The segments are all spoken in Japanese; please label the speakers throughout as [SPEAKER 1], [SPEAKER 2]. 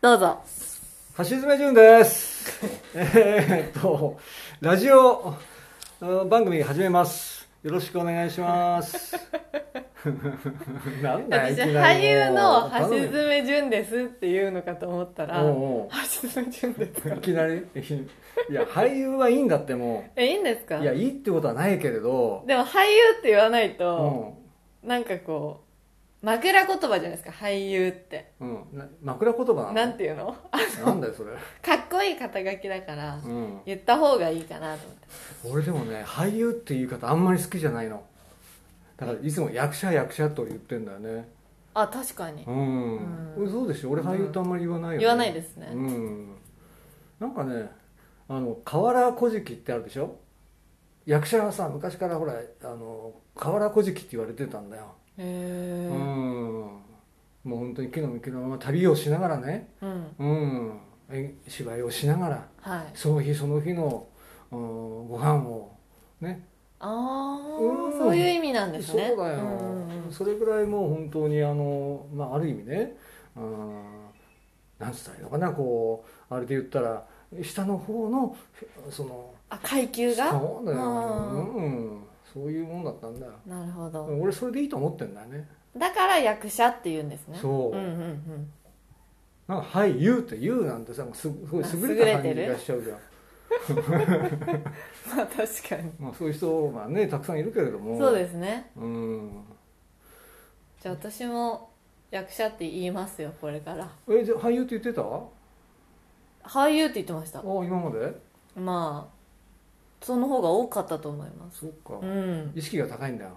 [SPEAKER 1] どうぞ。
[SPEAKER 2] 橋爪潤です。えーっと、ラジオうん番組始めます。よろしくお願いします。 なんだよ
[SPEAKER 1] 私、
[SPEAKER 2] いきなり
[SPEAKER 1] 俳優の橋
[SPEAKER 2] もう
[SPEAKER 1] 爪淳ですっていうのかと思ったら、
[SPEAKER 2] おう おう
[SPEAKER 1] 橋爪淳ですか
[SPEAKER 2] 頼むよいきなりいや、俳優はいいんだっても
[SPEAKER 1] え、いいんですか
[SPEAKER 2] う。いや、いいってことはないけれど、
[SPEAKER 1] でも俳優って言わないうと、
[SPEAKER 2] ん。
[SPEAKER 1] なんかこう、枕言葉じゃないですか、俳優って。
[SPEAKER 2] うん。な枕言葉なの
[SPEAKER 1] なんていうの
[SPEAKER 2] なんだよ、それ。
[SPEAKER 1] かっこいい肩書きだから、
[SPEAKER 2] うん。
[SPEAKER 1] 言った方がいいかなと思って。
[SPEAKER 2] 俺でもね、俳優っていう言い方あんまり好きじゃないの。だからいつも役者役者と言ってんだよね。
[SPEAKER 1] あ、確かに
[SPEAKER 2] う。ん、
[SPEAKER 1] うん
[SPEAKER 2] そうでしょ俺俳優ってあんまり言わないよ、ね
[SPEAKER 1] 言わないですね
[SPEAKER 2] うんなんかねあの河原小敷ってあるでしょ役者はさ昔からほらあの河原小敷って言われてたんだよ
[SPEAKER 1] へ
[SPEAKER 2] うん、
[SPEAKER 1] ー
[SPEAKER 2] もう本当に木の幹のまま旅をしながらね
[SPEAKER 1] うん。
[SPEAKER 2] うんえ芝居をしながら
[SPEAKER 1] はい。
[SPEAKER 2] その日その日の、うん、ご飯をね
[SPEAKER 1] あ
[SPEAKER 2] う
[SPEAKER 1] ー、
[SPEAKER 2] ん
[SPEAKER 1] そういう意味なんですね。
[SPEAKER 2] そうだよ、
[SPEAKER 1] んうんうん
[SPEAKER 2] それぐらいもう本当にあの、まあ、ある意味ねうんなんつったらいいのかなこうあれで言ったら下の方のその
[SPEAKER 1] あ、階級が
[SPEAKER 2] そうだよ、
[SPEAKER 1] うん
[SPEAKER 2] うん、そういうもんだったんだよ
[SPEAKER 1] なるほど。
[SPEAKER 2] 俺それでいいと思ってんだよね
[SPEAKER 1] だから役者って言うんですねう
[SPEAKER 2] そう
[SPEAKER 1] んうんうん
[SPEAKER 2] なんか「はい言う」って「言う」なんてさすすごい優れた感じがしちゃうじゃん、
[SPEAKER 1] まあ確かに
[SPEAKER 2] まあ、そういう人がねたくさんいるけれども
[SPEAKER 1] そうですね
[SPEAKER 2] うん
[SPEAKER 1] じゃあ私も役者って言いますよこれから
[SPEAKER 2] えじゃあ俳優って言ってたあ
[SPEAKER 1] 俳優って言ってました
[SPEAKER 2] 今まで
[SPEAKER 1] まあその方が多かったと思います
[SPEAKER 2] そっ
[SPEAKER 1] う
[SPEAKER 2] か、
[SPEAKER 1] ん
[SPEAKER 2] 意識が高いんだよ、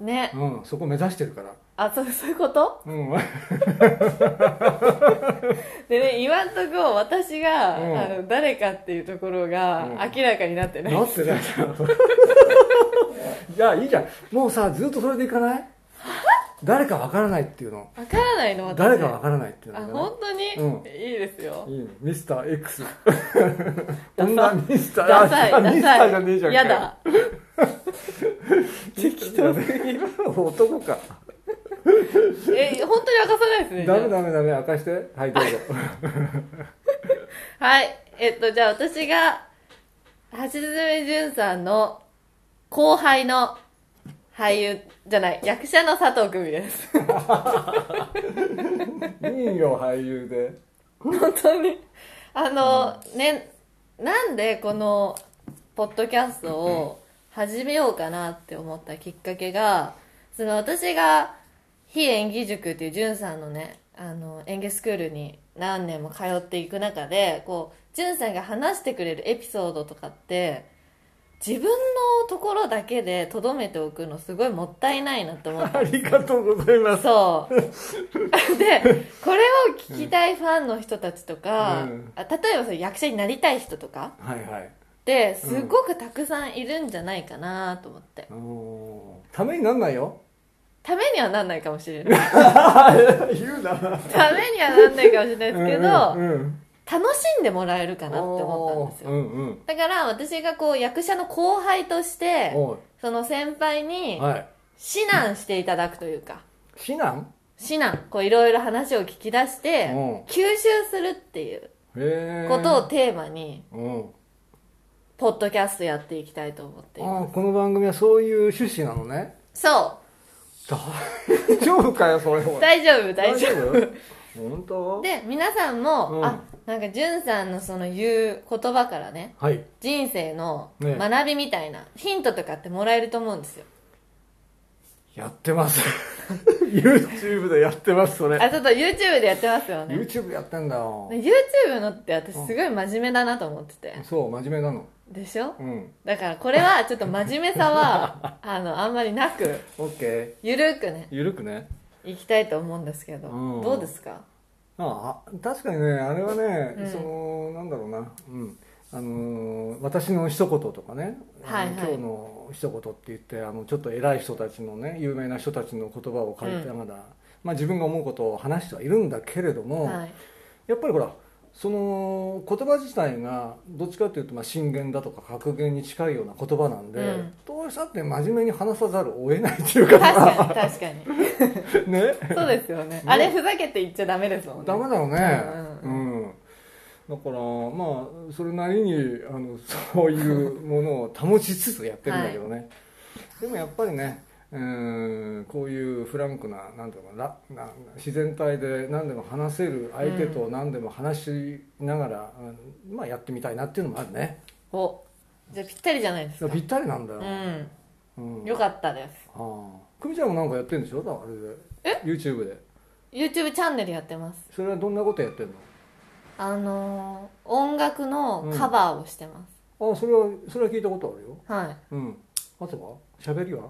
[SPEAKER 1] ね
[SPEAKER 2] うん、そこ目指してるから
[SPEAKER 1] あそうそういうこと
[SPEAKER 2] うん
[SPEAKER 1] でね今んとこ私が、
[SPEAKER 2] うん
[SPEAKER 1] あの誰かっていうところが
[SPEAKER 2] うん
[SPEAKER 1] 明らかになってない、
[SPEAKER 2] なってない じゃあいいじゃんもうさずっとそれでいかない誰かわからないっていうの
[SPEAKER 1] わからないの私
[SPEAKER 2] 誰かわからないっていう
[SPEAKER 1] あ
[SPEAKER 2] の
[SPEAKER 1] 本当に、
[SPEAKER 2] うん
[SPEAKER 1] いいですよ
[SPEAKER 2] いいねミスター X
[SPEAKER 1] ダサ
[SPEAKER 2] 女ミスター
[SPEAKER 1] ダサい
[SPEAKER 2] あ
[SPEAKER 1] ダ
[SPEAKER 2] ミスタ
[SPEAKER 1] サ
[SPEAKER 2] ー
[SPEAKER 1] い
[SPEAKER 2] じゃねえじゃんか
[SPEAKER 1] やだ
[SPEAKER 2] 適当すぎる男か
[SPEAKER 1] え本当に明かさないですねじゃあ
[SPEAKER 2] ダメダメダメ明かしてはいどうぞ
[SPEAKER 1] はい。えっと、じゃあ私が、橋爪淳さんの後輩の俳優じゃない、役者の佐藤久美です。
[SPEAKER 2] いいよ俳優で
[SPEAKER 1] 本当に。あの、ね、なんでこの、ポッドキャストを始めようかなって思ったきっかけが、その私が、非演技塾っていう淳さんのね、あの、演技スクールに何年も通っていく中で、こう、淳さんが話してくれるエピソードとかって、自分のところだけで留めておくのすごいもったいないなと思って
[SPEAKER 2] ありがとうございます
[SPEAKER 1] そう。 で、これを聞きたいファンの人たちとか、
[SPEAKER 2] うん
[SPEAKER 1] あ例えばその役者になりたい人とか
[SPEAKER 2] はいはい
[SPEAKER 1] って、すごくたくさんいるんじゃないかなと思って。
[SPEAKER 2] おーためになんないよ
[SPEAKER 1] ためにはなんないかもしれない。
[SPEAKER 2] 言うな
[SPEAKER 1] ためにはなんないかもしれないですけど、
[SPEAKER 2] うんうん
[SPEAKER 1] 楽しんでもらえるかなって思ったんですよ。
[SPEAKER 2] うんうん
[SPEAKER 1] だから私がこう役者の後輩として、
[SPEAKER 2] お
[SPEAKER 1] その先輩
[SPEAKER 2] い
[SPEAKER 1] に
[SPEAKER 2] はい
[SPEAKER 1] 指南していただくというか、
[SPEAKER 2] 指南
[SPEAKER 1] 指南、こういろいろ話を聞き出して、
[SPEAKER 2] うん
[SPEAKER 1] 吸収するっていう
[SPEAKER 2] へえ
[SPEAKER 1] ことをテーマに、
[SPEAKER 2] うん
[SPEAKER 1] ポッドキャストやっていきたいと思っています
[SPEAKER 2] ああこの番組はそういう趣旨なの ね
[SPEAKER 1] そ
[SPEAKER 2] 大丈夫かよそれ
[SPEAKER 1] う
[SPEAKER 2] は
[SPEAKER 1] 大丈夫大丈
[SPEAKER 2] 夫本当
[SPEAKER 1] 夫で皆さんも、
[SPEAKER 2] うん
[SPEAKER 1] あなんかじゅんさんのその言う言葉からね
[SPEAKER 2] はい
[SPEAKER 1] 人生の
[SPEAKER 2] ね
[SPEAKER 1] 学びみたいなヒントとかってもらえると思うんですよ、
[SPEAKER 2] やってます YouTube でやってますそれ
[SPEAKER 1] あちょっと YouTube でやってますよね
[SPEAKER 2] YouTube やってんだよ
[SPEAKER 1] で YouTube のって私すごい真面目だなと思ってて
[SPEAKER 2] そう真面目なの
[SPEAKER 1] でしょ
[SPEAKER 2] うん
[SPEAKER 1] だからこれはちょっと真面目さ はあのあんまりなく
[SPEAKER 2] OK
[SPEAKER 1] ゆるくね
[SPEAKER 2] ゆるくね
[SPEAKER 1] いきたいと思うんですけど、
[SPEAKER 2] うん
[SPEAKER 1] どうですか
[SPEAKER 2] ああ確かにねあれはね、
[SPEAKER 1] うん
[SPEAKER 2] そのなんだろうなうんあのー私の一言とかね、
[SPEAKER 1] はいはい
[SPEAKER 2] あの今日の一言って言ってあのちょっと偉い人たちのね有名な人たちの言葉を借りてながら、まあ、自分が思うことを話してはいるんだけれども、
[SPEAKER 1] はい
[SPEAKER 2] やっぱりほらその言葉自体がどっちかというとまあ進言だとか格言に近いような言葉なんで、
[SPEAKER 1] うん
[SPEAKER 2] どうしたって真面目に話さざるを得ないっていうか
[SPEAKER 1] 確かに
[SPEAKER 2] まあ
[SPEAKER 1] 確かに
[SPEAKER 2] ね
[SPEAKER 1] そうですよねあれふざけて言っちゃダメですもんね
[SPEAKER 2] ダメだよね
[SPEAKER 1] う
[SPEAKER 2] うん、
[SPEAKER 1] うん
[SPEAKER 2] だからまあそれなりにあの そういうものを保ちつつやってるんだけどね、でもやっぱりねうんこういうフランクななんていうのかなな自然体で何でも話せる相手と何でも話しながら、うんまあ、やってみたいなっていうのもあるね
[SPEAKER 1] おじゃあぴったりじゃないですか
[SPEAKER 2] ぴったりなんだよ、
[SPEAKER 1] うん
[SPEAKER 2] うん
[SPEAKER 1] よかったです
[SPEAKER 2] ああ久美ちゃんもなんかやってるんでしょだからあれで YouTube で
[SPEAKER 1] YouTube チャンネルやってます
[SPEAKER 2] それはどんなことやってる
[SPEAKER 1] あのー音楽のカバーをしてます、
[SPEAKER 2] のあそれはそれは聞いたことあるよ
[SPEAKER 1] はい
[SPEAKER 2] うんあとは喋りは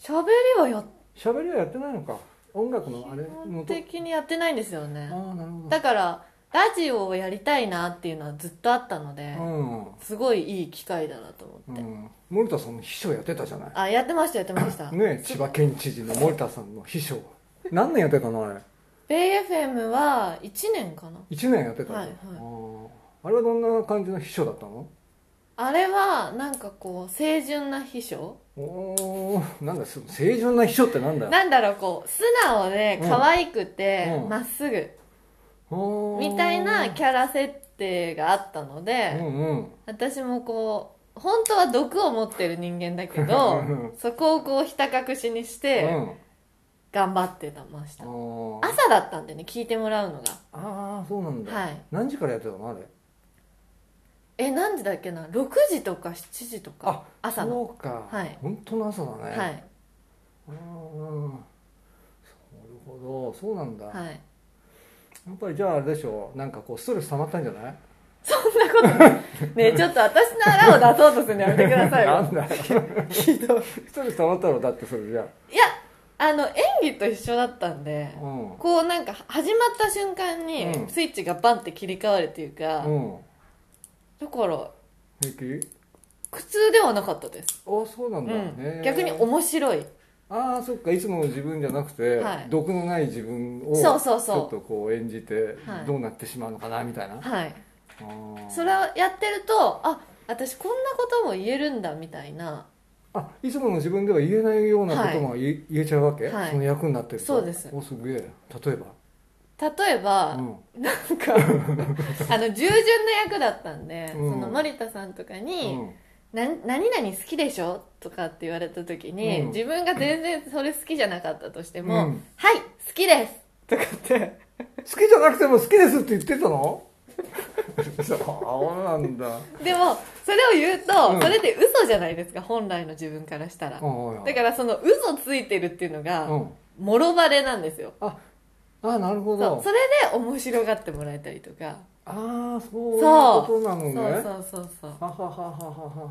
[SPEAKER 1] 喋りはやっ
[SPEAKER 2] 喋りはやってないのか音楽のあれ
[SPEAKER 1] 基
[SPEAKER 2] の
[SPEAKER 1] 本
[SPEAKER 2] 音
[SPEAKER 1] 的にやってないんですよね
[SPEAKER 2] ああなるほ
[SPEAKER 1] だからラジオをやりたいなっていうのはずっとあったので、
[SPEAKER 2] ど
[SPEAKER 1] すごいいい機会だなと
[SPEAKER 2] う
[SPEAKER 1] 思
[SPEAKER 2] ん、
[SPEAKER 1] っ
[SPEAKER 2] う
[SPEAKER 1] て、
[SPEAKER 2] ん、森田さんの秘書やってたじゃない
[SPEAKER 1] あやってましたやってました
[SPEAKER 2] ね千葉県知事の森田さんの秘 書何年やってたのあれ
[SPEAKER 1] ベイ FM は1年かな
[SPEAKER 2] 1年やってたの、
[SPEAKER 1] はいはい
[SPEAKER 2] あーあれはどんな感じの秘書だったの
[SPEAKER 1] あれはなんかこう清純な秘書
[SPEAKER 2] おーなんだその清純な秘書ってなんだよ
[SPEAKER 1] なんだろうこう素直で
[SPEAKER 2] うん
[SPEAKER 1] 可愛くて
[SPEAKER 2] うん
[SPEAKER 1] ま、っすぐ
[SPEAKER 2] おー
[SPEAKER 1] みたいなキャラ設定があったので、
[SPEAKER 2] うんうん
[SPEAKER 1] 私もこう本当は毒を持ってる人間だけど
[SPEAKER 2] うん
[SPEAKER 1] そこをこうひた隠しにし
[SPEAKER 2] う
[SPEAKER 1] て
[SPEAKER 2] ん
[SPEAKER 1] 頑張ってました、
[SPEAKER 2] あー
[SPEAKER 1] 朝だったんでね聞いてもらうのが
[SPEAKER 2] あーそうなんだ、
[SPEAKER 1] はい
[SPEAKER 2] 何時からやってたのあれ
[SPEAKER 1] え何時だっけな6時とか7時とか朝の
[SPEAKER 2] そうか、
[SPEAKER 1] はい
[SPEAKER 2] 本当の朝だね
[SPEAKER 1] はい
[SPEAKER 2] ああなるほどそうなんだ、や
[SPEAKER 1] はい
[SPEAKER 2] っぱりじゃああれでしょなんかこうストレス溜まったんじゃない
[SPEAKER 1] ねえちょっと私のあらを出そうとするのやめてください
[SPEAKER 2] な
[SPEAKER 1] よ
[SPEAKER 2] んだ ひどいストレス溜まったろだってそれじゃ
[SPEAKER 1] いやあの演技と一緒だったんで
[SPEAKER 2] あうん
[SPEAKER 1] こうなんか始まった瞬間に
[SPEAKER 2] うん
[SPEAKER 1] スイッチがバンって切り替わるというか、
[SPEAKER 2] うん
[SPEAKER 1] だから
[SPEAKER 2] 平気
[SPEAKER 1] 苦痛ではなかったです、
[SPEAKER 2] ああそうな
[SPEAKER 1] うん
[SPEAKER 2] だ、
[SPEAKER 1] ん
[SPEAKER 2] ね、
[SPEAKER 1] 逆に面白い
[SPEAKER 2] ああそっかいつもの自分じゃなくて、
[SPEAKER 1] はい
[SPEAKER 2] 毒のない自分を
[SPEAKER 1] そうそうそう
[SPEAKER 2] ちょっとこう演じて
[SPEAKER 1] はい
[SPEAKER 2] どうなってしまうのかなみたいな、
[SPEAKER 1] はい
[SPEAKER 2] あー
[SPEAKER 1] それをやってるとあ私こんなことも言えるんだみたいな
[SPEAKER 2] あいつもの自分では言えないようなことも言え,、言えちゃうわけ、
[SPEAKER 1] はい
[SPEAKER 2] その役になってると
[SPEAKER 1] そうです
[SPEAKER 2] おすげえ例えば
[SPEAKER 1] 例えば、
[SPEAKER 2] うん
[SPEAKER 1] なん かあの従順な役だったんで、
[SPEAKER 2] うん
[SPEAKER 1] その森田さんとかに、
[SPEAKER 2] うん
[SPEAKER 1] な「何々好きでしょ?」とかって言われた時に、
[SPEAKER 2] うん
[SPEAKER 1] 自分が全然それ好きじゃなかったとしても「
[SPEAKER 2] うん
[SPEAKER 1] はい好きです」とかって
[SPEAKER 2] 好きじゃなくても好きですって言ってたの そうなんだ
[SPEAKER 1] でもそれを言うと、
[SPEAKER 2] うん
[SPEAKER 1] それって嘘じゃないですか本来の自分からしたら、だ
[SPEAKER 2] だ
[SPEAKER 1] からその嘘ついてるっていうのが、
[SPEAKER 2] うん、
[SPEAKER 1] もろバレなんですよ
[SPEAKER 2] ああなるほ
[SPEAKER 1] そう
[SPEAKER 2] ど
[SPEAKER 1] それで面白がってもらえたりとか、
[SPEAKER 2] ああそういうことなのね
[SPEAKER 1] そうそうそうそう
[SPEAKER 2] はははははは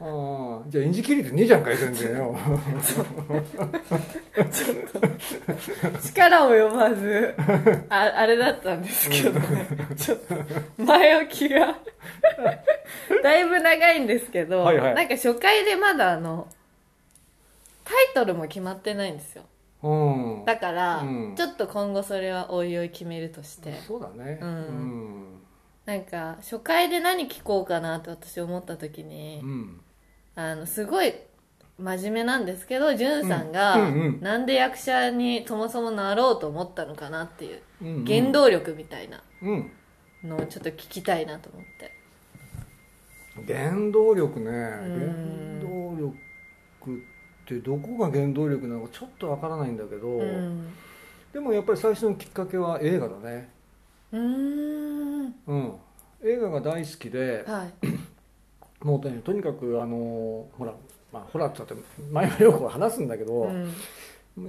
[SPEAKER 2] あーじゃあ演じきれてねえじゃんかい全 然よ
[SPEAKER 1] 力を読ま ずああれだったんですけどねちょっと前置き がだいぶ長いんですけど、
[SPEAKER 2] はいはい
[SPEAKER 1] なんか初回でまだあのタイトルも決まってないんですよ
[SPEAKER 2] うん
[SPEAKER 1] だから、
[SPEAKER 2] うん
[SPEAKER 1] ちょっと今後それはおいおい決めるとして
[SPEAKER 2] そうだね
[SPEAKER 1] う
[SPEAKER 2] うんん
[SPEAKER 1] なんか初回で何聞こうかなと私思った時に、
[SPEAKER 2] うん
[SPEAKER 1] あのすごい真面目なんですけどじゅんさんが、
[SPEAKER 2] うんうんうん
[SPEAKER 1] なんで役者にそもそもなろうと思ったのかなっていう
[SPEAKER 2] うんうん
[SPEAKER 1] 原動力みたいな、
[SPEAKER 2] うん
[SPEAKER 1] のをちょっと聞きたいなと思って
[SPEAKER 2] 原動力ね
[SPEAKER 1] ん
[SPEAKER 2] 原動力ってどこが原動力なのかちょっとわからないんだけど、
[SPEAKER 1] うん
[SPEAKER 2] でもやっぱり最初のきっかけは映画だね
[SPEAKER 1] うーん
[SPEAKER 2] うん映画が大好きで
[SPEAKER 1] はい
[SPEAKER 2] もうねとにかくあのほらまあほらって言ったって前はよく話すんだけ
[SPEAKER 1] う
[SPEAKER 2] ど、
[SPEAKER 1] ん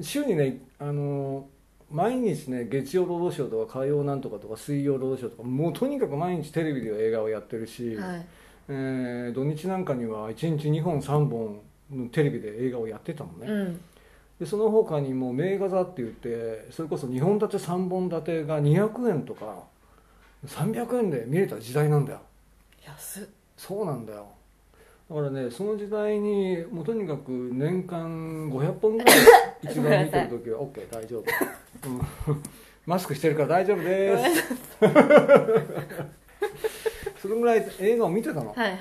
[SPEAKER 2] 週にねあの毎日ね月曜ロードショーとか火曜なんとかとか水曜ロードショーとかもうとにかく毎日テレビでは映画をやってるし、
[SPEAKER 1] はい
[SPEAKER 2] えー土日なんかには1日2本3本のテレビで映画をやってたのね、
[SPEAKER 1] うん
[SPEAKER 2] でその他にも名画座って言ってそれこそ2本立て3本立てが200円とか300円で見れた時代なんだよ
[SPEAKER 1] 安っ
[SPEAKER 2] そうなんだよだからねその時代にもうとにかく年間500本ぐらい一番見てる時は OK 大丈夫、うん マスクしてるから大丈夫ですそれぐらい映画を見てたの、
[SPEAKER 1] はいはい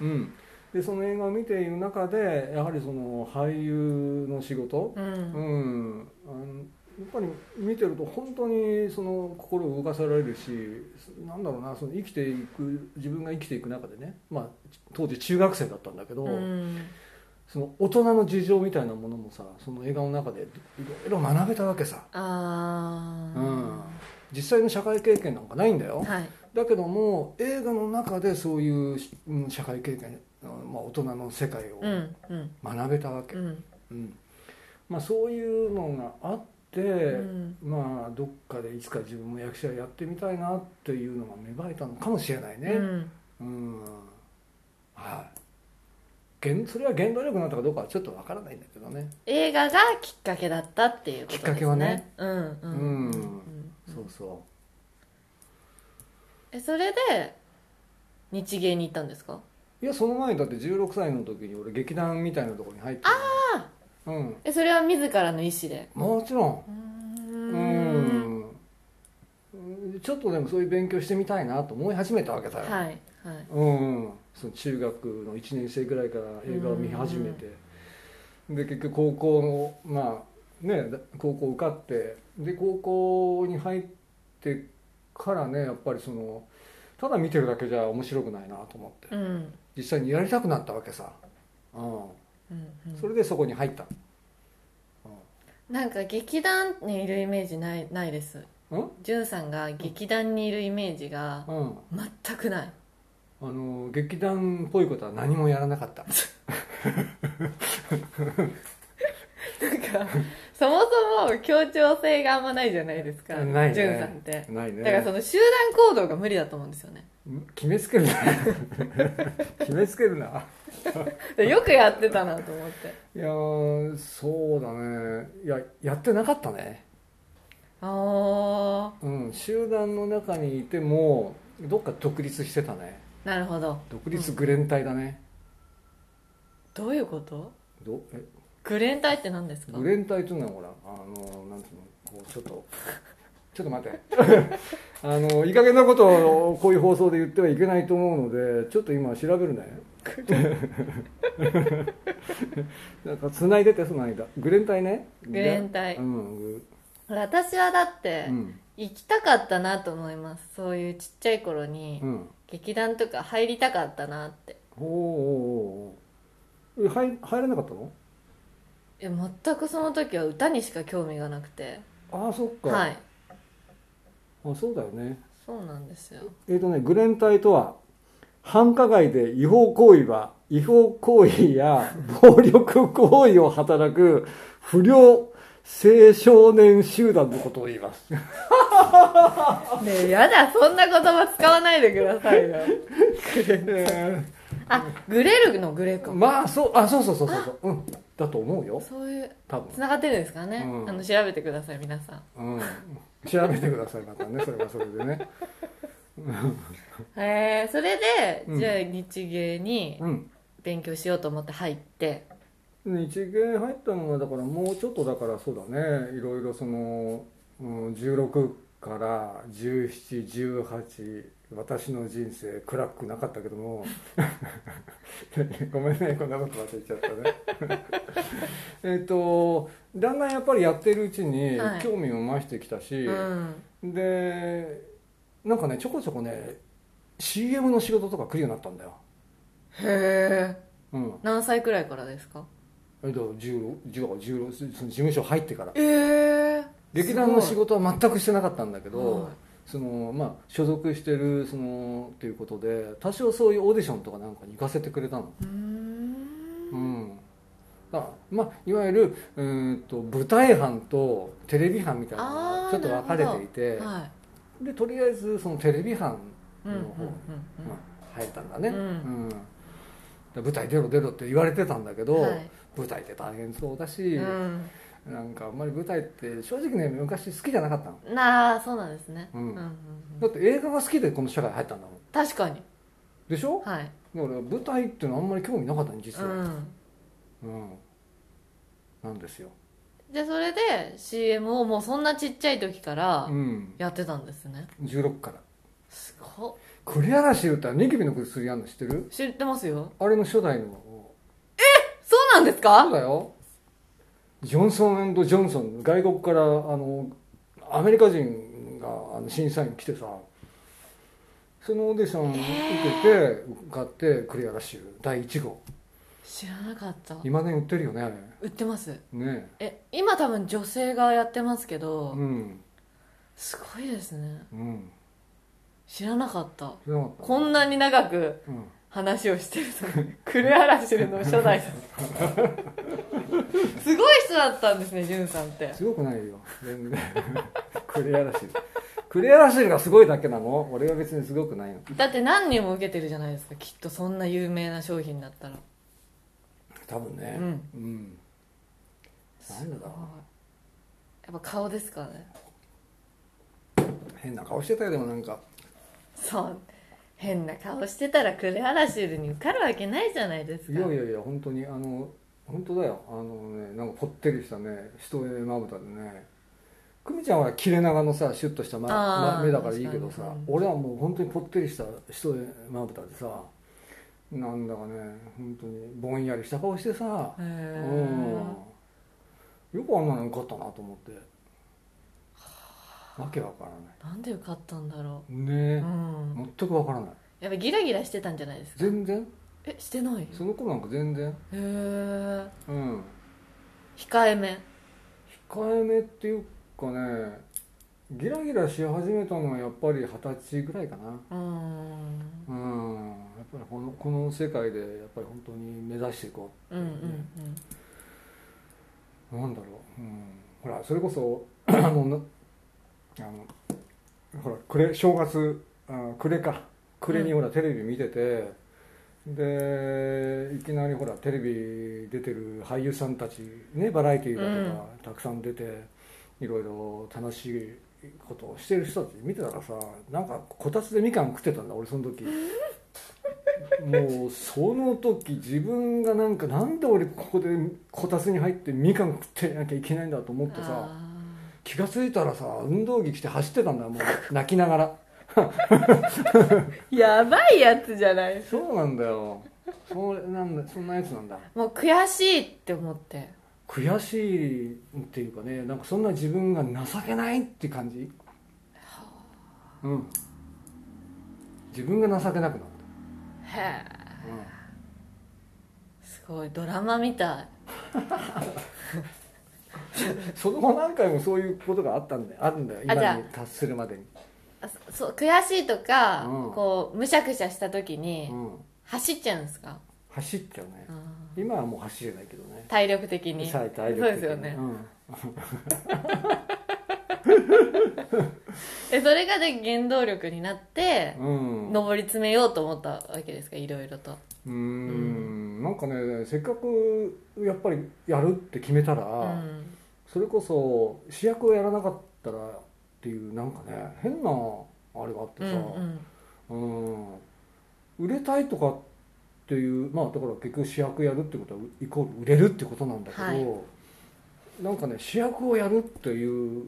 [SPEAKER 2] うん、でその映画を見ている中でやはりその俳優の仕事、
[SPEAKER 1] う
[SPEAKER 2] うん
[SPEAKER 1] ん
[SPEAKER 2] あのやっぱり見てると本当にその心を動かされるしなんだろうなその生きていく自分が生きていく中でね、まあ、当時中学生だったんだけど、
[SPEAKER 1] うん
[SPEAKER 2] その大人の事情みたいなものもさその映画の中でいろいろ学べたわけさ
[SPEAKER 1] ああ
[SPEAKER 2] 実際の社会経験なんかないんだよ、
[SPEAKER 1] はい
[SPEAKER 2] だけども映画の中でそういう、うん社会経験、うんまあ、大人の世界を
[SPEAKER 1] うんうん
[SPEAKER 2] 学べたわけ、
[SPEAKER 1] う
[SPEAKER 2] うん
[SPEAKER 1] ん
[SPEAKER 2] まあ、そういうのがあって、
[SPEAKER 1] うん
[SPEAKER 2] まあどっかでいつか自分も役者やってみたいなっていうのが芽生えたのかもしれないうね
[SPEAKER 1] ん
[SPEAKER 2] うん、はい原それは原動力になったかどうかはちょっとわからないんだけどね
[SPEAKER 1] 映画がきっかけだったっていうことですね
[SPEAKER 2] きっかけはね
[SPEAKER 1] うんうんうん
[SPEAKER 2] う
[SPEAKER 1] う
[SPEAKER 2] ん
[SPEAKER 1] ん
[SPEAKER 2] そうそ
[SPEAKER 1] えそれで日芸に行ったんですか
[SPEAKER 2] ういやその前にだって16歳の時に俺劇団みたいなところに入ってああうん
[SPEAKER 1] えそれは自らの意思で
[SPEAKER 2] もちろん
[SPEAKER 1] うー
[SPEAKER 2] うんんうんちょっとでもそういう勉強してみたいなと思い始めたわけだよ、
[SPEAKER 1] はいはい
[SPEAKER 2] うん、その中学の1年生ぐらいから映画を見始めて、で結局高校のまあねだ高校受かってで高校に入ってからねやっぱりそのただ見てるだけじゃ面白くないなと思って
[SPEAKER 1] うんうん
[SPEAKER 2] 実際にやりたくなったわけさ、う
[SPEAKER 1] うん
[SPEAKER 2] ん、それでそこに入った、
[SPEAKER 1] なんか劇団にいるイメージないないです
[SPEAKER 2] うんうん
[SPEAKER 1] じゅんさんが劇団にいるイメージが
[SPEAKER 2] うん
[SPEAKER 1] 全くない
[SPEAKER 2] あの劇団っぽいことは何もやらなかった
[SPEAKER 1] なんか そもそも協調性があんまないじゃないですか
[SPEAKER 2] ないね
[SPEAKER 1] じゅんさんって
[SPEAKER 2] ないね
[SPEAKER 1] だからその集団行動が無理だと思うんですよね
[SPEAKER 2] 決めつけるな 決めつけるな
[SPEAKER 1] でよくやってたなと思って
[SPEAKER 2] いやーそうだねいややってなかったね
[SPEAKER 1] ああ
[SPEAKER 2] うん集団の中にいてもどっか独立してたね
[SPEAKER 1] なるほど
[SPEAKER 2] 独立グレン隊だね、
[SPEAKER 1] どういうこと
[SPEAKER 2] どえ
[SPEAKER 1] グレン隊って何ですか
[SPEAKER 2] グレン隊っていうのはほらあのなんていうのこうちょっと ちょっと待って あのいい加減なことをこういう放送で言ってはいけないと思うのでちょっと今調べるね なんか繋いでてその間グレン隊ね
[SPEAKER 1] グレン隊
[SPEAKER 2] うんグ
[SPEAKER 1] ほら私はだって
[SPEAKER 2] うん
[SPEAKER 1] 行きたかったなと思いますそういうちっちゃい頃に
[SPEAKER 2] うん
[SPEAKER 1] 劇団とか入りたかったなって
[SPEAKER 2] おーおーおーえ入入らなかったの
[SPEAKER 1] いや全くその時は歌にしか興味がなくて
[SPEAKER 2] ああそっか、
[SPEAKER 1] はい
[SPEAKER 2] あそうだよね
[SPEAKER 1] そうなんですよ
[SPEAKER 2] えっ、とねグレン隊とは繁華街で違法行為は違法行為や暴力行為を働く不良青少年集団のことを言いま す
[SPEAKER 1] ねえやだそんな言葉使わないでくださ いよ
[SPEAKER 2] え
[SPEAKER 1] あグレるのグレ
[SPEAKER 2] ー
[SPEAKER 1] か
[SPEAKER 2] まあそうあそうそうそうそうそううんだと思うよ
[SPEAKER 1] そういう
[SPEAKER 2] 多分
[SPEAKER 1] つながってるんですかね、
[SPEAKER 2] うん
[SPEAKER 1] あの調べてください皆さん
[SPEAKER 2] うん調べてくださいまたねそれはそれでね
[SPEAKER 1] へえそれで、
[SPEAKER 2] うん
[SPEAKER 1] じゃあ日芸に
[SPEAKER 2] うん
[SPEAKER 1] 勉強しようと思って入って
[SPEAKER 2] 日芸入ったのはだからもうちょっとだからそうだねいろいろその、うん、16から1718私の人生暗くなかったけども ごめんねこんなこと忘れちゃったね えっとだんだんやっぱりやってるうちに
[SPEAKER 1] はい
[SPEAKER 2] 興味も増してきたし、
[SPEAKER 1] うん
[SPEAKER 2] でなんかねちょこちょこね CM の仕事とか来るようになったんだよ、
[SPEAKER 1] へえ
[SPEAKER 2] うん、
[SPEAKER 1] 何歳くらいからですか
[SPEAKER 2] えっと10 10 16その事務所入ってから
[SPEAKER 1] ええ
[SPEAKER 2] 劇団の仕事は全くしてなかったんだけど、
[SPEAKER 1] はい
[SPEAKER 2] そのまあ、所属してるそのということで多少そういうオーディションとかなんかに行かせてくれたの、
[SPEAKER 1] うーん
[SPEAKER 2] うんあまあ、いわゆるうーんと舞台班とテレビ班みたいなの
[SPEAKER 1] あー
[SPEAKER 2] がちょっと分かれていて、
[SPEAKER 1] は
[SPEAKER 2] でとりあえずそのテレビ班
[SPEAKER 1] い
[SPEAKER 2] の
[SPEAKER 1] うん
[SPEAKER 2] 方
[SPEAKER 1] うん
[SPEAKER 2] に、まあ、入ったんだね、
[SPEAKER 1] うん
[SPEAKER 2] うんだから舞台出ろ出ろって言われてたんだけ
[SPEAKER 1] うんう
[SPEAKER 2] ど、
[SPEAKER 1] んはい
[SPEAKER 2] 舞台って大変そうだし、
[SPEAKER 1] うん
[SPEAKER 2] なんかあんまり舞台って正直ね昔好きじゃなかったの
[SPEAKER 1] なあそうなんですね、
[SPEAKER 2] うん
[SPEAKER 1] うんうんう
[SPEAKER 2] だ
[SPEAKER 1] ん
[SPEAKER 2] って映画が好きでこの社会入ったんだもん
[SPEAKER 1] 確かに
[SPEAKER 2] でしょ
[SPEAKER 1] はい、
[SPEAKER 2] だから舞台っていうのはあんまり興味なかったの実
[SPEAKER 1] う
[SPEAKER 2] は、
[SPEAKER 1] ん、
[SPEAKER 2] うんなんですよ
[SPEAKER 1] でそれで CM をもうそんなちっちゃい時から
[SPEAKER 2] うん
[SPEAKER 1] やってたんですね、
[SPEAKER 2] 16から
[SPEAKER 1] すごっ
[SPEAKER 2] 栗嵐歌ニキビの薬あんの知ってる
[SPEAKER 1] 知ってますよ
[SPEAKER 2] あれの初代の
[SPEAKER 1] そうなんです
[SPEAKER 2] そう
[SPEAKER 1] か
[SPEAKER 2] だよジョンソンジョンソン外国からあのアメリカ人があの審査員来てさそのオーディション受けて受かって栗嵐第1号
[SPEAKER 1] 知らなかった
[SPEAKER 2] 今ね売ってるよねあれ
[SPEAKER 1] 売ってます
[SPEAKER 2] ね
[SPEAKER 1] え今多分女性がやってますけど、
[SPEAKER 2] うん
[SPEAKER 1] すごいですね
[SPEAKER 2] うん
[SPEAKER 1] 知らなかった
[SPEAKER 2] 知らなかった
[SPEAKER 1] こんなに長く
[SPEAKER 2] うん
[SPEAKER 1] 話をしてると クルアラシルの初代 さんすごい人だったんですねジュンさんって
[SPEAKER 2] すごくないよ全然クレアラシルクレアラシルがすごいだけなの俺は別にすごくないの
[SPEAKER 1] だって何人も受けてるじゃないですかきっとそんな有名な商品だったら
[SPEAKER 2] 多分ねうん、なんでだ
[SPEAKER 1] や
[SPEAKER 2] ろ
[SPEAKER 1] っぱ顔ですかね
[SPEAKER 2] う変な顔してたよでもなんか
[SPEAKER 1] そう変な顔してたらクレアラシルに受かるわけないじゃないですか
[SPEAKER 2] いやいやいや本当にあの本当だよあのねなんかぽってりしたね一重まぶたでね久美ちゃんは切れ長のさシュッとした、ま
[SPEAKER 1] あー
[SPEAKER 2] ま目だからいいけどさ
[SPEAKER 1] 確かに
[SPEAKER 2] 俺はもう本当にぽってりした一重まぶたでさなんだかね本当にぼんやりした顔してさ
[SPEAKER 1] へー
[SPEAKER 2] うんよくあんなの受かったなと思ってわけわから
[SPEAKER 1] なんで受かったんだろ
[SPEAKER 2] な
[SPEAKER 1] う、う
[SPEAKER 2] いね
[SPEAKER 1] ん、
[SPEAKER 2] 全くわからない
[SPEAKER 1] やっぱギラギラしてたんじゃないですか
[SPEAKER 2] 全然
[SPEAKER 1] えしてないへ
[SPEAKER 2] その子なんか全然
[SPEAKER 1] え
[SPEAKER 2] うん
[SPEAKER 1] 控えめ
[SPEAKER 2] 控えめっていうかねギラギラし始めたのはやっぱり二十歳ぐらいかな
[SPEAKER 1] うーん
[SPEAKER 2] うんやっぱりこのこの世界でやっぱり本当に目指していこ
[SPEAKER 1] うんうん
[SPEAKER 2] うなんだろう、うん、ほらそれこそ あのなあのほら暮れ正月あ暮れか暮れに
[SPEAKER 1] うん
[SPEAKER 2] ほらテレビ見てて、でいきなりほらテレビ出てる俳優さんたちねバラエティーだとかたくさん出て、いろいろ楽しいことをしてる人たち見てたらさなんかこたつでみかん食ってたんだ俺その時もうその時自分がなんかなんで俺ここでこたつに入ってみかん食ってなきゃいけないんだと思
[SPEAKER 1] う
[SPEAKER 2] っ
[SPEAKER 1] ん
[SPEAKER 2] てさ
[SPEAKER 1] あ
[SPEAKER 2] 気が付いたらさ運動着着て走ってたんだよもう泣きながら
[SPEAKER 1] ーやばいやつじゃない
[SPEAKER 2] そうなんだよそれなんだそんなやつなんだ
[SPEAKER 1] もう悔しいって思って
[SPEAKER 2] 悔しいっていうかねなんかそんな自分が情けないって感じうん自分が情けなくなっ
[SPEAKER 1] へえ
[SPEAKER 2] た、
[SPEAKER 1] すごいドラマみた
[SPEAKER 2] うん、その後何回もそういうことがあったんであるんだよ
[SPEAKER 1] あじゃ
[SPEAKER 2] 今
[SPEAKER 1] あ
[SPEAKER 2] に達するまでに、
[SPEAKER 1] いあそそう悔しいとか、
[SPEAKER 2] うん
[SPEAKER 1] こうむしゃくしゃした時に、
[SPEAKER 2] うん、
[SPEAKER 1] 走っちゃうんですか、
[SPEAKER 2] 走っちゃうね
[SPEAKER 1] あー
[SPEAKER 2] 今はもう走れないけどね
[SPEAKER 1] 体力的に
[SPEAKER 2] 最体力
[SPEAKER 1] そう
[SPEAKER 2] 的に
[SPEAKER 1] ですよね、
[SPEAKER 2] うん
[SPEAKER 1] えそれがで原動力になって、
[SPEAKER 2] うん
[SPEAKER 1] 上り詰めようと思ったわけですかいろいろと
[SPEAKER 2] うーんなんかねせっかくやっぱりやるって決めたら、
[SPEAKER 1] うん
[SPEAKER 2] それこそ主役をやらなかったらっていうなんかね変なあれがあって
[SPEAKER 1] うん
[SPEAKER 2] さ、うん売れたいとかっていうまあだから結局主役やるってことはイコール売れるってことなんだけど、
[SPEAKER 1] はい
[SPEAKER 2] なんかね主役をやるっていう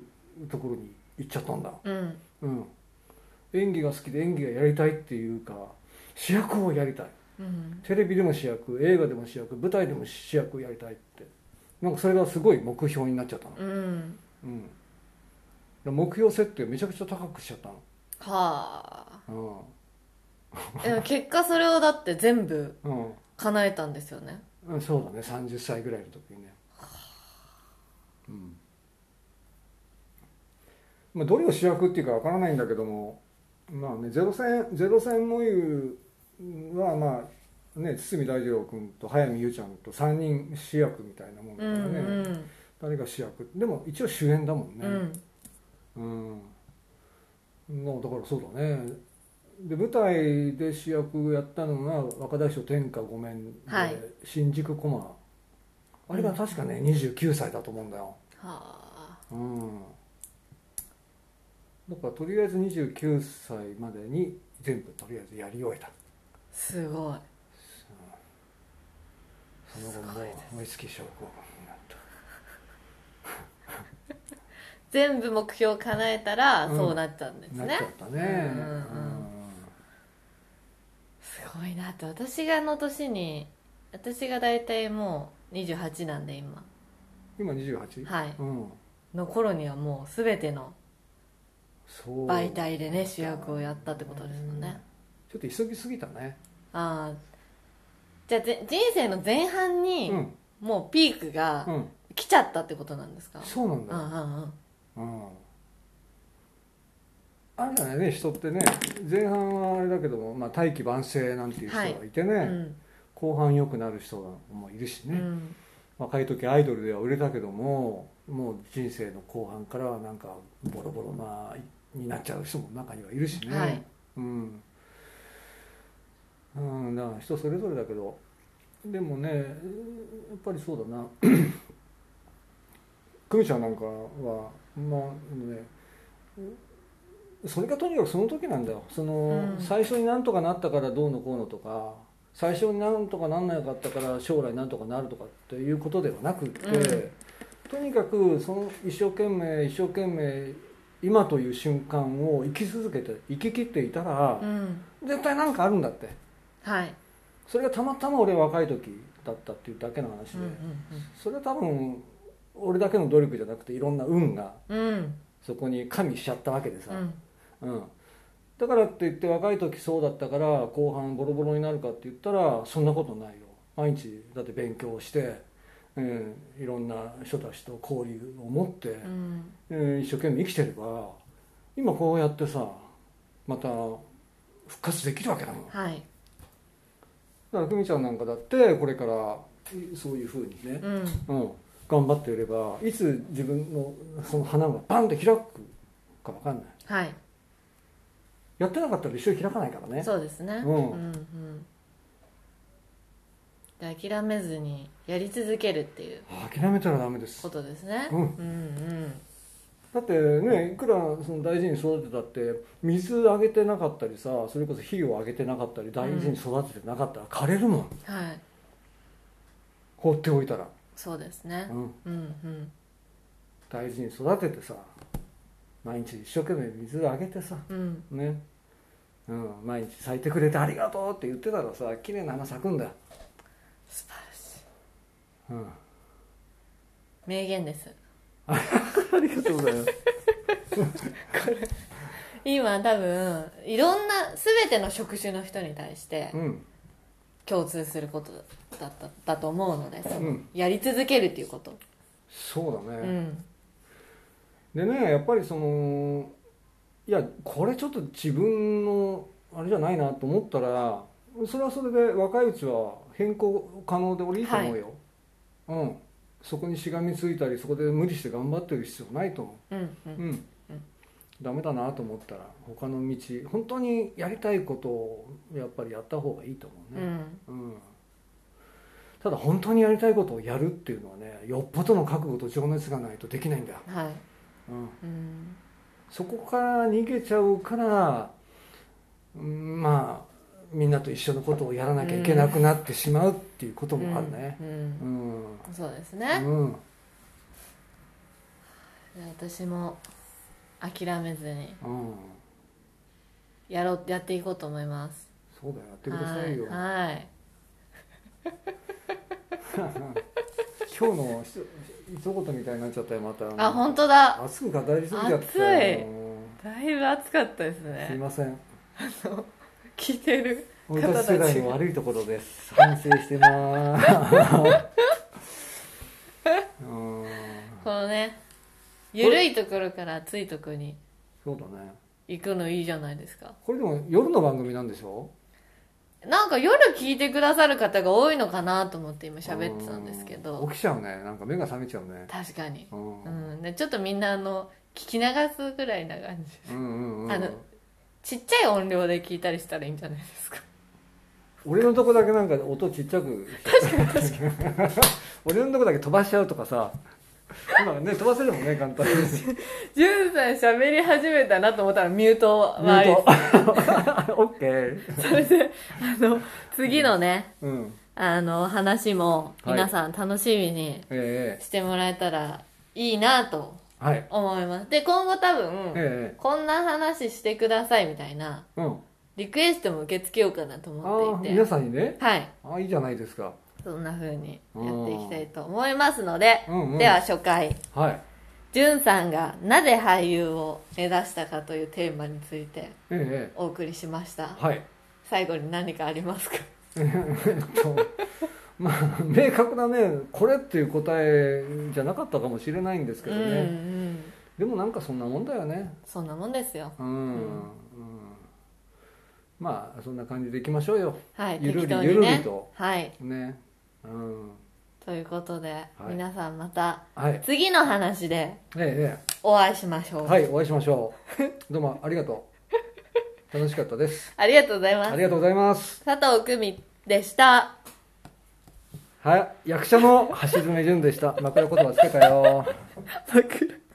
[SPEAKER 2] ところに行っちゃったんだ、
[SPEAKER 1] うんうん
[SPEAKER 2] うん、演技が好きで演技がやりたいっていうか主役をやりたい
[SPEAKER 1] うん
[SPEAKER 2] テレビでも主役映画でも主役舞台でも主役をやりたいってなんかそれがすごい目標になっちゃった
[SPEAKER 1] う
[SPEAKER 2] の、
[SPEAKER 1] ん
[SPEAKER 2] うん、目標設定をめちゃくちゃ高くしちゃった
[SPEAKER 1] は
[SPEAKER 2] の
[SPEAKER 1] あでも結果それをだって全部
[SPEAKER 2] うん、うん
[SPEAKER 1] 叶えたんですよね
[SPEAKER 2] うん、そうだね30歳ぐらいの時にねうんまあどれを主役っていうかわからないんだけどもまあねゼロ戦ゼロ戦もゆうはまあね堤大二郎君と早見優ちゃんと3人主役みたいなもんだ
[SPEAKER 1] う
[SPEAKER 2] からね、
[SPEAKER 1] んうん
[SPEAKER 2] 誰が主役でも一応主演だもん
[SPEAKER 1] う
[SPEAKER 2] ね
[SPEAKER 1] ん
[SPEAKER 2] うん、のだからそうだねで舞台で主役やったのが「若大将天下御免」で、
[SPEAKER 1] はい
[SPEAKER 2] 新宿駒あれが確かね、29歳だと思うんだよ、
[SPEAKER 1] はあ
[SPEAKER 2] うん、だからとりあえず29歳までに全部とりあえずやり終えた
[SPEAKER 1] すごい
[SPEAKER 2] その後もうウイスキー症候群になった
[SPEAKER 1] 全部目標を叶えたら、
[SPEAKER 2] うん
[SPEAKER 1] そうなっちゃうんです
[SPEAKER 2] なっち
[SPEAKER 1] ね
[SPEAKER 2] ゃったね、
[SPEAKER 1] うんうんすごいなって私があの年に私が大体もう28なんで今
[SPEAKER 2] うん今 28?
[SPEAKER 1] はい
[SPEAKER 2] うん、
[SPEAKER 1] の頃にはもう全ての
[SPEAKER 2] そう
[SPEAKER 1] 媒体でね主役をやったってことですもんね
[SPEAKER 2] ちょっと急ぎすぎたね
[SPEAKER 1] ああじゃあぜ人生の前半に
[SPEAKER 2] うん
[SPEAKER 1] もうピークが
[SPEAKER 2] うん
[SPEAKER 1] 来ちゃったってことなんですか、
[SPEAKER 2] そうなんだ
[SPEAKER 1] うん、
[SPEAKER 2] よ
[SPEAKER 1] うんうん
[SPEAKER 2] うんあるじゃないね人ってね前半はあれだけども、まあ、大器晩成なんていう人がいてね、
[SPEAKER 1] うん
[SPEAKER 2] 後半良くなる人もいるし
[SPEAKER 1] う
[SPEAKER 2] ね、
[SPEAKER 1] ん
[SPEAKER 2] 若い時アイドルでは売れたけどももう人生の後半からはなんかボロボロなになっちゃう人も中にはいるしね、
[SPEAKER 1] はい
[SPEAKER 2] うん、うん、だから人それぞれだけどでもねやっぱりそうだな 久美ちゃんなんかはまああのねそれがとにかくその時なんだよその、
[SPEAKER 1] うん
[SPEAKER 2] 最初になんとかなったからどうのこうのとか最初になんとかなんなかったから将来なんとかなるとかっていうことではなくって、
[SPEAKER 1] うん
[SPEAKER 2] とにかくその一生懸命一生懸命今という瞬間を生き続けて生き切っていたら
[SPEAKER 1] う、ん
[SPEAKER 2] 絶対何かあるんだって
[SPEAKER 1] はい、
[SPEAKER 2] それがたまたま俺若い時だったっていうだけの話
[SPEAKER 1] う
[SPEAKER 2] で、
[SPEAKER 1] ん
[SPEAKER 2] それは多分俺だけの努力じゃなくていろんな運が
[SPEAKER 1] うんうんうん
[SPEAKER 2] そこに加味しちゃったわけでさ、
[SPEAKER 1] うん
[SPEAKER 2] うん、だからって言って若い時そうだったから後半ボロボロになるかって言ったらそんなことないよ毎日だって勉強して、うん、いろんな人たちと交流を持って、
[SPEAKER 1] うん
[SPEAKER 2] うん一生懸命生きてれば今こうやってさまた復活できるわけだもんだか
[SPEAKER 1] はい
[SPEAKER 2] ら久美ちゃんなんかだってこれからいそういうふうにね、
[SPEAKER 1] うん
[SPEAKER 2] うん、頑張っていればいつ自分のその花がバンって開くか分かんない
[SPEAKER 1] はい
[SPEAKER 2] やってなかったら一生開かないからね
[SPEAKER 1] そうですね
[SPEAKER 2] う
[SPEAKER 1] うんんうんで諦めずにやり続けるっていう
[SPEAKER 2] 諦めたらダメです
[SPEAKER 1] ことですね、
[SPEAKER 2] うん
[SPEAKER 1] うんうん
[SPEAKER 2] だってねいくらその大事に育てたって水あげてなかったりさそれこそ火をあげてなかったり大事に育ててなかったら枯れるもん、
[SPEAKER 1] はい
[SPEAKER 2] 放っておいたら、
[SPEAKER 1] そうですね
[SPEAKER 2] う、ん、
[SPEAKER 1] うん、うん
[SPEAKER 2] 大事に育ててさ毎日一生懸命水あげてさ
[SPEAKER 1] うん
[SPEAKER 2] ねうん、毎日咲いてくれてありがとうって言ってたらさ綺麗な花咲くんだよ、
[SPEAKER 1] 素晴らしい
[SPEAKER 2] うん、
[SPEAKER 1] 名言です
[SPEAKER 2] ありがとうございます
[SPEAKER 1] 今多分いろんな全ての職種の人に対して
[SPEAKER 2] うん
[SPEAKER 1] 共通することだっただと思うので、その
[SPEAKER 2] うん
[SPEAKER 1] やり続けるっていうこと
[SPEAKER 2] そうだ
[SPEAKER 1] う
[SPEAKER 2] ね、
[SPEAKER 1] ん
[SPEAKER 2] でねやっぱりそのいやこれちょっと自分のあれじゃないなと思ったらそれはそれで若いうちは変更可能で俺いいと思うよ、うんそこにしがみついたりそこで無理して頑張ってる必要ないと思
[SPEAKER 1] うんう
[SPEAKER 2] ううんん、ダメだなと思ったら他の道本当にやりたいことをやっぱりやった方がいいと思
[SPEAKER 1] う
[SPEAKER 2] うね、
[SPEAKER 1] ん
[SPEAKER 2] うんただ本当にやりたいことをやるっていうのはねよっぽどの覚悟と情熱がないとできないんだよ、
[SPEAKER 1] はい
[SPEAKER 2] うん
[SPEAKER 1] うん
[SPEAKER 2] そこから逃げちゃうからうんまあみんなと一緒のことをやらなきゃいけなくなってしまうっていうこともあるね
[SPEAKER 1] うん
[SPEAKER 2] う
[SPEAKER 1] うん
[SPEAKER 2] ん
[SPEAKER 1] そうです
[SPEAKER 2] う
[SPEAKER 1] ね、
[SPEAKER 2] ん、
[SPEAKER 1] で私も諦めずに
[SPEAKER 2] うん
[SPEAKER 1] やろうやっていこうと思います
[SPEAKER 2] そうだよやってくださいよ、
[SPEAKER 1] はいはい
[SPEAKER 2] 今日のひと一言みたいになっちゃったよまた
[SPEAKER 1] あ本当だ
[SPEAKER 2] 熱く語りすぎちゃったよ
[SPEAKER 1] だいぶ暑かったです
[SPEAKER 2] すい
[SPEAKER 1] ね
[SPEAKER 2] ません
[SPEAKER 1] 聞いてる
[SPEAKER 2] 俺たち世代の
[SPEAKER 1] が
[SPEAKER 2] 悪いところです反省してまーすうん
[SPEAKER 1] このね緩いところから暑いところに
[SPEAKER 2] そうだね
[SPEAKER 1] 行くのいいじゃないですか
[SPEAKER 2] これでも夜の番組なんでしょ
[SPEAKER 1] なんか夜聞いてくださる方が多いのかなと思って今喋ってたんですけ
[SPEAKER 2] うん
[SPEAKER 1] ど
[SPEAKER 2] 起きちゃうねなんか目が覚めちゃうね
[SPEAKER 1] 確かに
[SPEAKER 2] う、ん
[SPEAKER 1] う
[SPEAKER 2] うん
[SPEAKER 1] ん、でちょっとみんなあの聞き流すぐらいな感じ
[SPEAKER 2] うんうん
[SPEAKER 1] あのちっちゃい音量で聞いたりしたらいいんじゃないですか
[SPEAKER 2] 俺のとこだけなんか音ちっちゃく俺のとこだけ飛ばしちゃうとかさ今ね飛ばせるもんね簡単に
[SPEAKER 1] ジュンさん喋り始めたなと思ったらミュートは
[SPEAKER 2] ミュート オッケー
[SPEAKER 1] それ であの次のね、
[SPEAKER 2] うん
[SPEAKER 1] あの話も
[SPEAKER 2] はい
[SPEAKER 1] 皆さん楽しみに
[SPEAKER 2] ええ
[SPEAKER 1] してもらえたらいいなと
[SPEAKER 2] はい
[SPEAKER 1] 思いますで今後多分
[SPEAKER 2] え
[SPEAKER 1] こんな話してくださいみたいな
[SPEAKER 2] えうん
[SPEAKER 1] リクエストも受け付けようかなと
[SPEAKER 2] あ
[SPEAKER 1] 思
[SPEAKER 2] あ
[SPEAKER 1] ってい
[SPEAKER 2] 皆
[SPEAKER 1] て
[SPEAKER 2] さんにね
[SPEAKER 1] はい
[SPEAKER 2] ああいいじゃないですか
[SPEAKER 1] そんな風にやっていきたいと思いますので、
[SPEAKER 2] うんうん
[SPEAKER 1] では初回
[SPEAKER 2] はい
[SPEAKER 1] じゅんさんがなぜ俳優を目指したかというテーマについて
[SPEAKER 2] ええ
[SPEAKER 1] お送りしました
[SPEAKER 2] はい
[SPEAKER 1] 最後に何かありますか
[SPEAKER 2] えっとまあ明確なねこれっていう答えじゃなかったかもしれないんですけ
[SPEAKER 1] うん
[SPEAKER 2] ど
[SPEAKER 1] う
[SPEAKER 2] ね、
[SPEAKER 1] ん
[SPEAKER 2] でもなんかそんなもんだよね
[SPEAKER 1] そんなもんですよ
[SPEAKER 2] うん、
[SPEAKER 1] う
[SPEAKER 2] うんんまあそんな感じでいきましょうよ
[SPEAKER 1] はい
[SPEAKER 2] ゆるり
[SPEAKER 1] 適当にね
[SPEAKER 2] ゆるりと
[SPEAKER 1] はい
[SPEAKER 2] ねうん
[SPEAKER 1] ということで、
[SPEAKER 2] い
[SPEAKER 1] 皆さんまた
[SPEAKER 2] はい
[SPEAKER 1] 次の話で
[SPEAKER 2] ええ
[SPEAKER 1] お会いしましょ
[SPEAKER 2] ええ
[SPEAKER 1] う、
[SPEAKER 2] はいお会いしましょ うどうもありがとう楽しかったです
[SPEAKER 1] ありがとうございます
[SPEAKER 2] ありがとうございます
[SPEAKER 1] 佐藤久美でした
[SPEAKER 2] はい役者の橋爪潤でした枕言葉つけたよ
[SPEAKER 1] 枕